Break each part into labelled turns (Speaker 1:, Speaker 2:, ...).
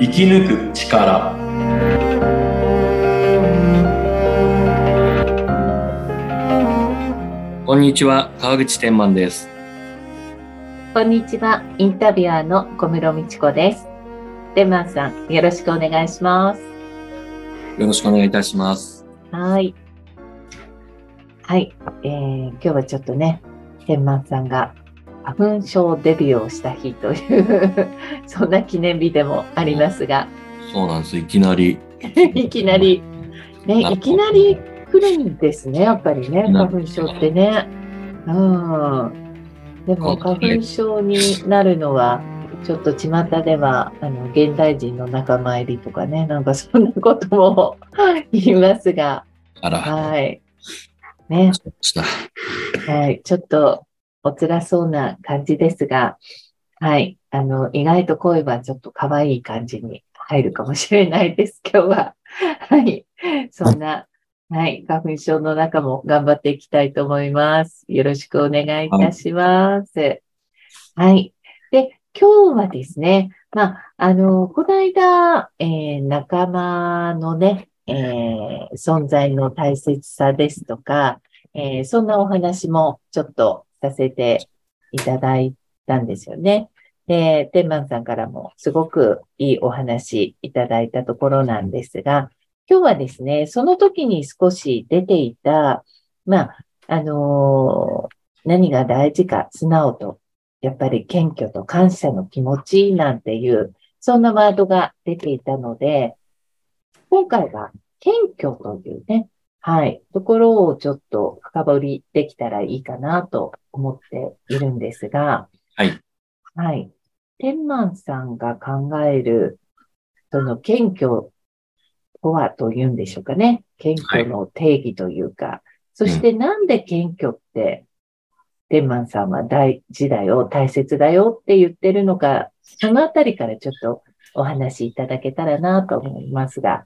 Speaker 1: 生き抜く力
Speaker 2: こんにちは川口天満です
Speaker 3: こんにちは、インタビュアーの小室美智子です。デンマンさん、よろしくお願いします。
Speaker 2: よろしくお願いいたします
Speaker 3: はい。はい、えー今日はちょっとね、デンマンさんが花粉症デビューをした日という、そんな記念日でもありますが、
Speaker 2: そうなんですいきな り
Speaker 3: いきなり、ね、いきなり来るんですね、やっぱりね、花粉症ってね。うん。でも、花粉症になるのは、ちょっと巷では、あの、現代人の仲間入りとかね、なんかそんなことも 言いますが、
Speaker 2: あら、
Speaker 3: はい。ね、
Speaker 2: した
Speaker 3: はい、ちょっとお辛そうな感じですが、はい、あの、意外と声はちょっと可愛い感じに入るかもしれないです、今日は。はい、そんな、はい、花粉症の中も頑張っていきたいと思います。よろしくお願いいたします。はい。で、今日はですね、まあ、あの、この間、えー仲間のね、えー存在の大切さですとか、えーそんなお話もちょっとさせていただいたんですよね。で、天満さんからもすごくいいお話いただいたところなんですが、今日はですね、その時に少し出ていた、まあ、あのー何が大事か、素直と、やっぱり謙虚と感謝の気持ちなんていう、そんなワードが出ていたので、今回は謙虚というね、はい。ところをちょっと深掘りできたらいいかなと思っているんですが、
Speaker 2: はい。
Speaker 3: はい。天満さんが考える、その謙虚とはというんでしょうかね。謙虚の定義というか、そしてなんで謙虚って、天満さんは大事だよ、大切だよって言ってるのか、そのあたりからちょっとお話しいただけたらなと思いますが。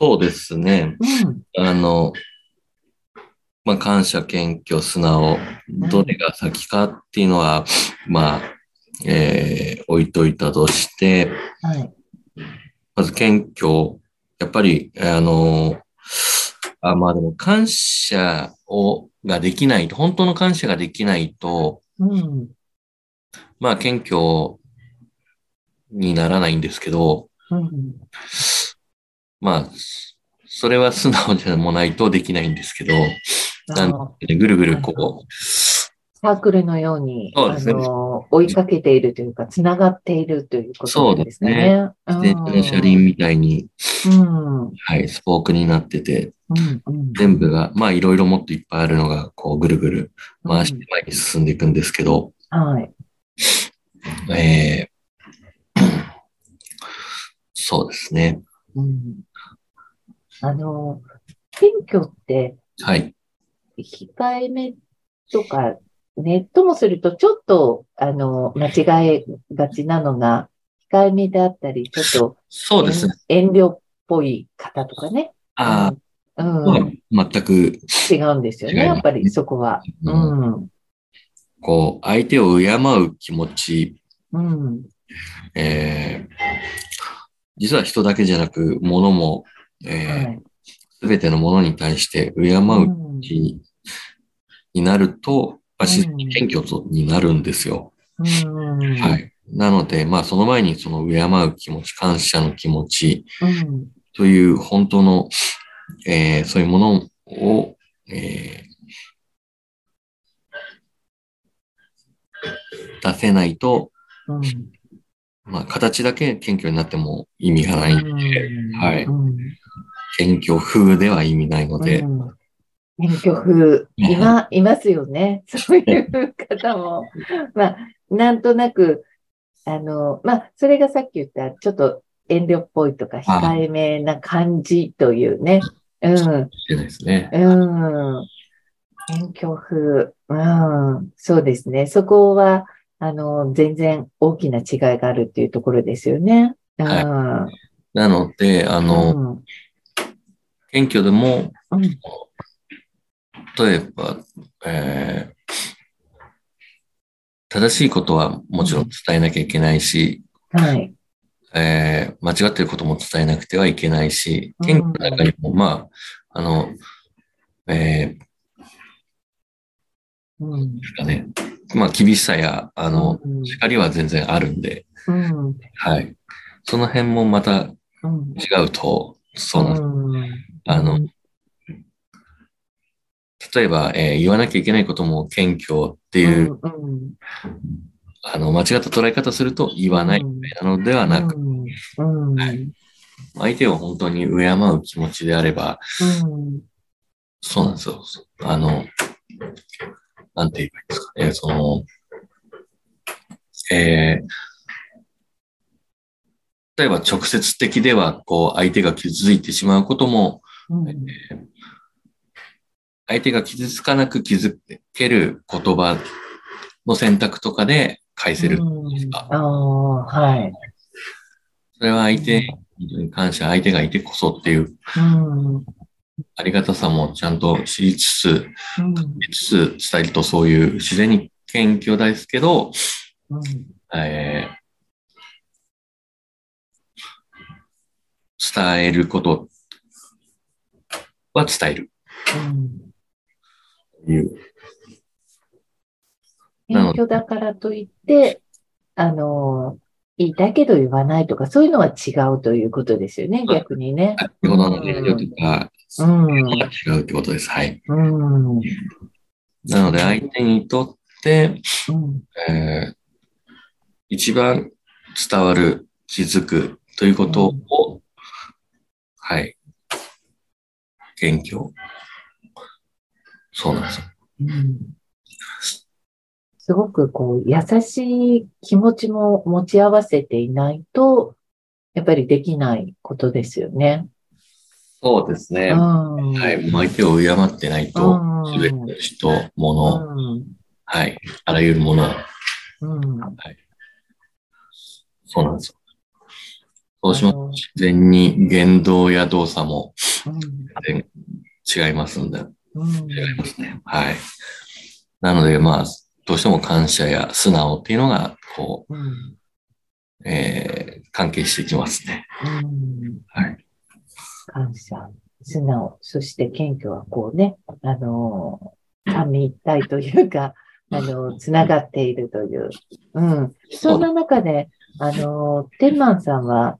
Speaker 2: そうですね
Speaker 3: うん。
Speaker 2: あのまあ感謝謙虚素直どれが先かっていうのはまあえー置いといたとして
Speaker 3: はい。
Speaker 2: まず謙虚。やっぱり、あの、あまあでも感謝を、ができないと、本当の感謝ができないと、
Speaker 3: うん。
Speaker 2: まあ謙虚にならないんですけど、
Speaker 3: うん。
Speaker 2: まあ、それは素直じゃもないとできないんですけど、な
Speaker 3: あ
Speaker 2: ん
Speaker 3: の
Speaker 2: でぐるぐるこう、
Speaker 3: サークルのように、
Speaker 2: そうですね
Speaker 3: あの、追いかけているというか、つながっているということなんですかね。
Speaker 2: 自転車の車輪みたいに、
Speaker 3: うん。うん。
Speaker 2: はい、スポークになってて、
Speaker 3: うん。うん。
Speaker 2: 全部が、まあいろいろもっといっぱいあるのが、こうぐるぐる回して前に進んでいくんですけど、
Speaker 3: はい。
Speaker 2: えー そうですね。
Speaker 3: うん。あの、謙虚って、
Speaker 2: はい。
Speaker 3: 控えめとか、ね、ともすると、ちょっと、あの、間違えがちなのが、控えめであったり、ちょっと、
Speaker 2: そうですね。
Speaker 3: 遠慮っぽい方とかね。
Speaker 2: あ
Speaker 3: う
Speaker 2: あ、
Speaker 3: ん、う
Speaker 2: ま
Speaker 3: ん。
Speaker 2: あ全く、
Speaker 3: 違うんですよ
Speaker 2: 違
Speaker 3: ね、
Speaker 2: いますね
Speaker 3: やっぱりそこは。うん。
Speaker 2: こう、相手を敬う気持ち、
Speaker 3: うん。
Speaker 2: えー実は人だけじゃなく、物も、
Speaker 3: は
Speaker 2: え
Speaker 3: い。
Speaker 2: すべてのものに対して敬う
Speaker 3: うん
Speaker 2: 気に,、なると、まあ、自然
Speaker 3: う
Speaker 2: に
Speaker 3: ん
Speaker 2: 謙虚とになるんですよ。
Speaker 3: うん
Speaker 2: はい。なので、まあ、その前にその敬う気持ち、感謝の気持ち、
Speaker 3: うん
Speaker 2: という本当の、えーそういうものを、えー出せないと、
Speaker 3: うん
Speaker 2: まあ、形だけ謙虚になっても意味がない。
Speaker 3: うん
Speaker 2: はい
Speaker 3: うん
Speaker 2: 謙虚風では意味ないので、
Speaker 3: うん選挙風、
Speaker 2: ね
Speaker 3: いま、いますよね。 そういう方 も。まあ、なんとなく、あの、まあ、それがさっき言った、ちょっと遠慮っぽいとか、
Speaker 2: あ
Speaker 3: 控えめな感じというね。うん。
Speaker 2: してないですね。
Speaker 3: うん。勉強風。うん。そうですね。そこは、あの、全然大きな違いがあるっていうところですよね。うん。
Speaker 2: はなので、あ
Speaker 3: う
Speaker 2: の、
Speaker 3: ん。
Speaker 2: 謙虚でも、
Speaker 3: うん。
Speaker 2: 例えば、えー正しいことはもちろん伝えなきゃいけないし、
Speaker 3: はい。
Speaker 2: えー間違ってることも伝えなくてはいけないし、天気の中にも、まあ、あの、えー
Speaker 3: うん。
Speaker 2: なんかね、まあ、厳しさや、あの、
Speaker 3: うん
Speaker 2: 叱りは全然あるんで、
Speaker 3: うん。
Speaker 2: はい。その辺もまた
Speaker 3: うん。
Speaker 2: 違うと、そうなんです。
Speaker 3: うん
Speaker 2: あの、例えば、えー言わなきゃいけないことも謙虚っていう、
Speaker 3: うん
Speaker 2: あの、間違った捉え方すると言わない
Speaker 3: うん
Speaker 2: なのではなく、
Speaker 3: うんうんうん
Speaker 2: 相手を本当に敬う気持ちであれば、そうなんですよ。あの、なんて言えばいいんですかね、その、えー例えば直接的では、こう、相手が傷ついてしまうことも、
Speaker 3: うん
Speaker 2: 相手が傷つかなく気づける言葉の選択とかで返せる。
Speaker 3: うんああ、はい。
Speaker 2: それは相手に感謝、相手がいてこそっていう
Speaker 3: うん。うん
Speaker 2: ありがたさもちゃんと知りつつ、知りつつ伝えるとそういう自然に謙虚ですけど、
Speaker 3: うん
Speaker 2: えー伝えることは伝える
Speaker 3: うん
Speaker 2: という。なの
Speaker 3: 謙
Speaker 2: で
Speaker 3: 虚だからといって、あの、いいだけど言わないとか、そういうのは違うということですよね、
Speaker 2: そう
Speaker 3: 逆にね。
Speaker 2: 先ほどの内容とか、
Speaker 3: うん。
Speaker 2: 違うってことです。はい。
Speaker 3: うん。うん
Speaker 2: なので、相手にとって、えー一番伝わる、気づくということを、はい。謙虚。そうなんですよ。
Speaker 3: うんすごくこう、優しい気持ちも持ち合わせていないと、やっぱりできないことですよね。
Speaker 2: そうですね
Speaker 3: うん。
Speaker 2: はい。もう相手を敬ってないと、
Speaker 3: う
Speaker 2: すべて
Speaker 3: ん
Speaker 2: の人、物、
Speaker 3: うん
Speaker 2: はい。あらゆるものを、
Speaker 3: うん。
Speaker 2: そうなんですよ。そうします
Speaker 3: あ
Speaker 2: と
Speaker 3: の
Speaker 2: 自然に言動や動作も
Speaker 3: うん
Speaker 2: 全然違いますんで、
Speaker 3: うん
Speaker 2: 違いますね。はい。なので、まあ、どうしても感謝や素直っていうのが、こ
Speaker 3: うん
Speaker 2: う、えー、関係してきますね。
Speaker 3: うん
Speaker 2: はい。
Speaker 3: 感謝、素直、そして謙虚はこうね、あのー、三位一体というか、あのー、つながっているという。うん。そんな中で、あのー、天満さんは、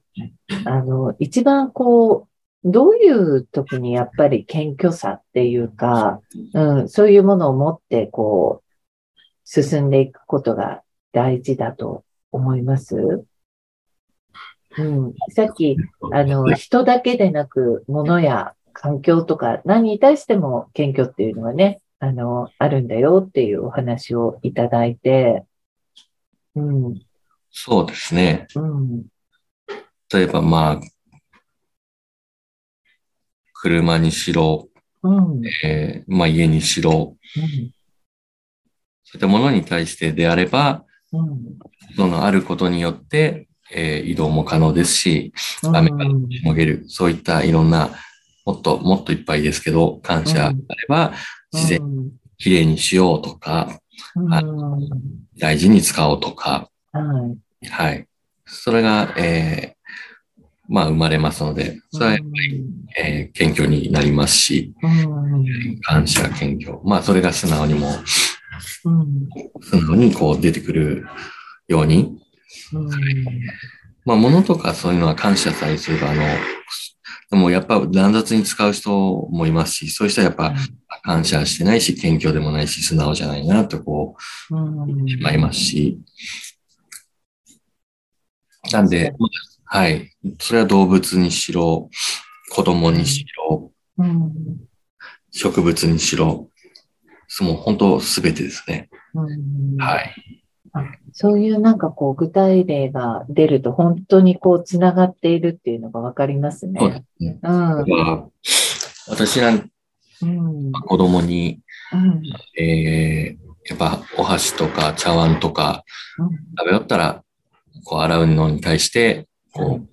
Speaker 3: あのー、一番こう、どういう時にやっぱり謙虚さっていうか、うん、そういうものを持ってこう、進んでいくことが大事だと思いますうん。さっき、あの、人だけでなく、物や環境とか、何に対しても謙虚っていうのはね、あの、あるんだよっていうお話をいただいて、うん、
Speaker 2: そうですね。
Speaker 3: うん、
Speaker 2: 例えば、まあ、車にしろ、
Speaker 3: うん、
Speaker 2: えーまあ家にしろ、そういったものに対してであれば、
Speaker 3: うん、
Speaker 2: そのあることによって、えー移動も可能ですし、アメリカ
Speaker 3: うん、
Speaker 2: 広げる、そういったいろんな、もっともっといっぱいですけど、感謝があれば、自然にきれいにしようとか、
Speaker 3: うん、
Speaker 2: あ
Speaker 3: うん
Speaker 2: 大事に使おうとか、
Speaker 3: はい。
Speaker 2: はい。それが、えーまあ生まれますので、それは、えー謙虚になりますし、
Speaker 3: うん、
Speaker 2: 感謝、謙虚。まあそれが素直にも、
Speaker 3: うん、
Speaker 2: 素直にこう出てくるように
Speaker 3: うん
Speaker 2: まあ、物とかそういうのは感謝したりすると、あの、でもやっぱ乱雑に使う人もいますし、そういう人はやっぱ感謝してないし、謙虚でもないし、素直じゃないなとこ
Speaker 3: うん
Speaker 2: う、しまいますし。なんで、はい。それは動物にしろ、子供にしろ、
Speaker 3: うん、
Speaker 2: 植物にしろ、もう本当すべてですね。
Speaker 3: うん
Speaker 2: はい。
Speaker 3: そういうなんかこう具体例が出ると本当にこうつながっているっていうのがわかります
Speaker 2: そうで
Speaker 3: ね。
Speaker 2: すね。
Speaker 3: うん。う
Speaker 2: だ
Speaker 3: ん。
Speaker 2: から私なんか
Speaker 3: うん。
Speaker 2: 子供に、えー、やっぱお箸とか茶碗とか食べ終わったら、こう洗うのに対して、こう、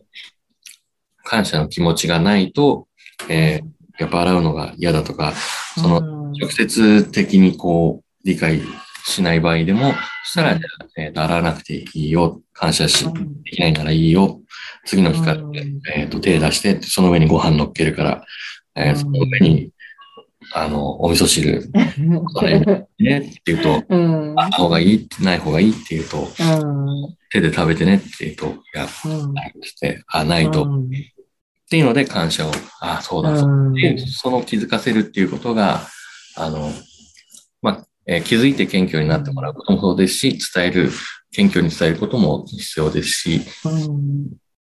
Speaker 2: 感謝の気持ちがないと、えー、やっぱ洗うのが嫌だとか、その、
Speaker 3: の
Speaker 2: 直接的にこう、理解しない場合でも、そしたら、えーと、洗わなくていいよ、感謝し、
Speaker 3: うん
Speaker 2: できないならいいよ、次の日から、
Speaker 3: うん
Speaker 2: えーと手出して、その上にご飯乗っけるから、えー
Speaker 3: うん
Speaker 2: その上に、あの、お味噌汁ねって言うと、
Speaker 3: うん。
Speaker 2: あった方がいいって、ない方がいいって言うと、
Speaker 3: うん。
Speaker 2: 手で食べてねって言うと、いや、
Speaker 3: うん。
Speaker 2: ないってして、あ、ないと。っ
Speaker 3: うん
Speaker 2: ていうので感謝を、あ、そうだ、で、その気づかせるっていうことが、あの、まあ、えー気づいて謙虚になってもらうこともそうですし、伝える、謙虚に伝えることも必要ですし、
Speaker 3: うん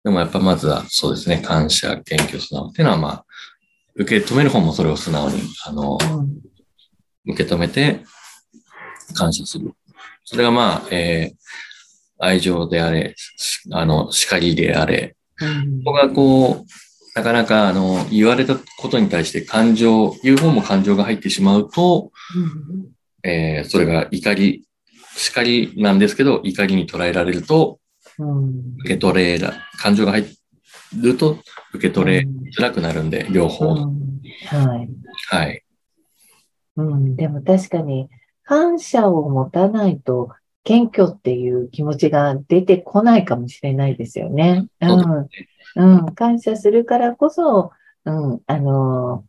Speaker 2: でもやっぱまずはそうですね、感謝、謙虚、素直っていうのは、まあ、受け止める方もそれを素直に、あの、
Speaker 3: うん
Speaker 2: 受け止めて、感謝する。それがまあ、えー愛情であれ、しあの、叱りであれ、
Speaker 3: うん
Speaker 2: 僕がこう、なかなかあの言われたことに対して感情、言う方も感情が入ってしまうと、えーそれが怒り、叱りなんですけど、怒りに捉えられると、
Speaker 3: うん
Speaker 2: 受け取れら、感情が入ると受け取れづらくなるんで、両方。
Speaker 3: うんはい。
Speaker 2: はい。
Speaker 3: うん、でも確かに、感謝を持たないと、謙虚っていう気持ちが出てこないかもしれないですよね。
Speaker 2: そうで
Speaker 3: うん。うん、感謝するからこそ、うん、あの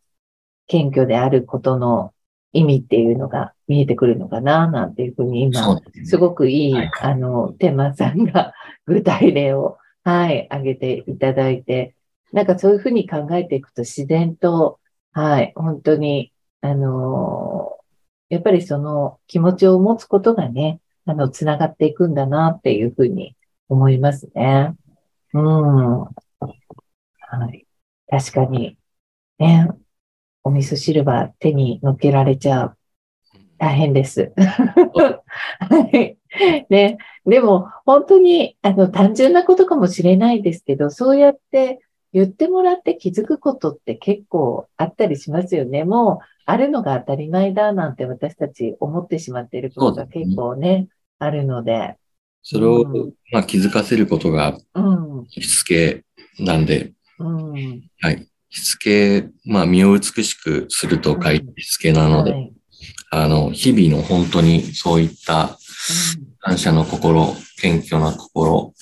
Speaker 3: ー謙虚であることの意味っていうのが見えてくるのかな、なんていうふうに今、
Speaker 2: そうです
Speaker 3: す
Speaker 2: ね。
Speaker 3: ごくいい、
Speaker 2: はい
Speaker 3: あの、テーマさんが具体例を、はい、挙げていただいて、なんかそういうふうに考えていくと自然と、はい、本当に、あのーやっぱりその気持ちを持つことがね、あの、つながっていくんだなっていうふうに思いますね。うん。はい。確かに、ね、お味噌汁は手に乗っけられちゃう。大変です。はい。ね。でも、本当に、あの、単純なことかもしれないですけど、そうやって言ってもらって気づくことって結構あったりしますよね。もう、あるのが当たり前だなんて私たち思ってしまっていることが結構ね、あるので。
Speaker 2: それを
Speaker 3: うん、
Speaker 2: まあ、気づかせることが
Speaker 3: うん。
Speaker 2: しつけなんで、
Speaker 3: うん。
Speaker 2: はい。しつけ、まあ、身を美しくすると書いてしつけなので
Speaker 3: は、い
Speaker 2: あの、日々の本当にそういった感謝の心、謙虚な心、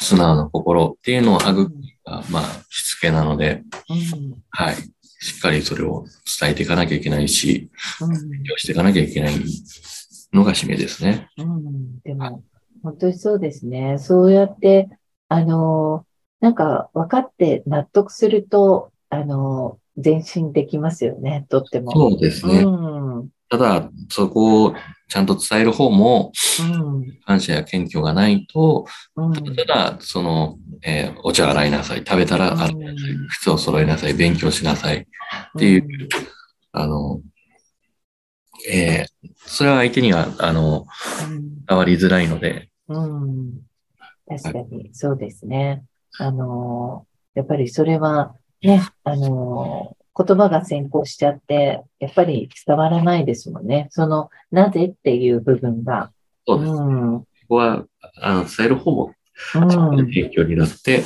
Speaker 2: 素直な心っていうのを
Speaker 3: うん
Speaker 2: 育むが、まあ、しつけなので、
Speaker 3: うん
Speaker 2: はい。しっかりそれを伝えていかなきゃいけないし、
Speaker 3: うん
Speaker 2: 利用していかなきゃいけないのが使命ですね。
Speaker 3: うん、でも、本当にそうですね。そうやって、あのー、なんか分かって納得すると、あのー、前進できますよね、とっても。
Speaker 2: そうですね。
Speaker 3: うん、うん、
Speaker 2: ただ、そこをちゃんと伝える方も、感謝や謙虚がないと、
Speaker 3: うん、
Speaker 2: ただ、その、えーお茶洗いなさい、食べたら洗いなさい、靴を揃えなさい、勉強しなさい、っていうあの、えーそれは相手には、あの、伝わりづらいので、
Speaker 3: うん。うん、確かに、そうですね。あのー、やっぱりそれは、ね、あのー、言葉が先行しちゃって、やっぱり伝わらないですもんね。その、なぜっていう部分が。
Speaker 2: そうです。こ
Speaker 3: うん、うん。
Speaker 2: こは、あの、伝える方も、影響になって、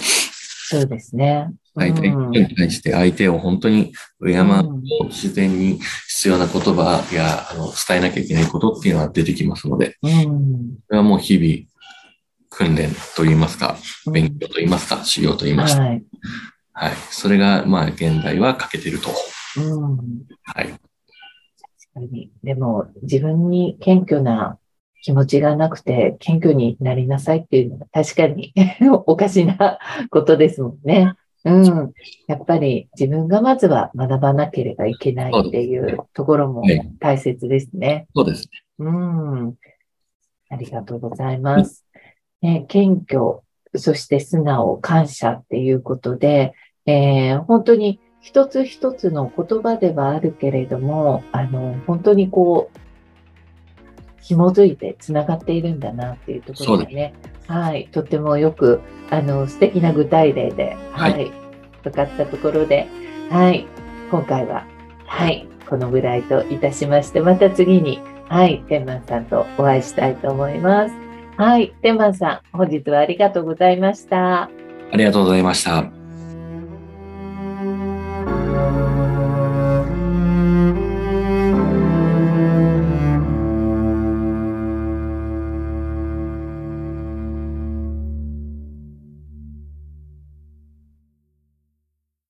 Speaker 3: そうですね。
Speaker 2: 相手
Speaker 3: うん
Speaker 2: に対して相手を本当に敬
Speaker 3: う
Speaker 2: う、
Speaker 3: ん
Speaker 2: 自然に必要な言葉や、あの、伝えなきゃいけないことっていうのは出てきますので、
Speaker 3: うん
Speaker 2: それはもう日々、訓練といいますか、勉強といいますか、修行といいますか、
Speaker 3: はい。
Speaker 2: はい。それが、まあ、現代は欠けてると。
Speaker 3: うん。
Speaker 2: はい。
Speaker 3: 確かにでも、自分に謙虚な気持ちがなくて、謙虚になりなさいっていうのが確かに おかしなことですもんね。うん。やっぱり自分がまずは学ばなければいけないっていうところも
Speaker 2: はい
Speaker 3: 大切ですね。
Speaker 2: そうですね。
Speaker 3: うん。ありがとうございます。ね、謙虚、そして素直、感謝っていうことで、えー本当に一つ一つの言葉ではあるけれども、あの、本当にこう、紐づいてつながっているんだなっていうところがね、はい、とてもよく、あの、素敵な具体例で、
Speaker 2: はい
Speaker 3: はい、分かったところで、はい、今回は、はい、このぐらいといたしまして、また次に、はい、天満さんとお会いしたいと思います。はい、天満さん、本日はありがとうございました。
Speaker 2: ありがとうございました。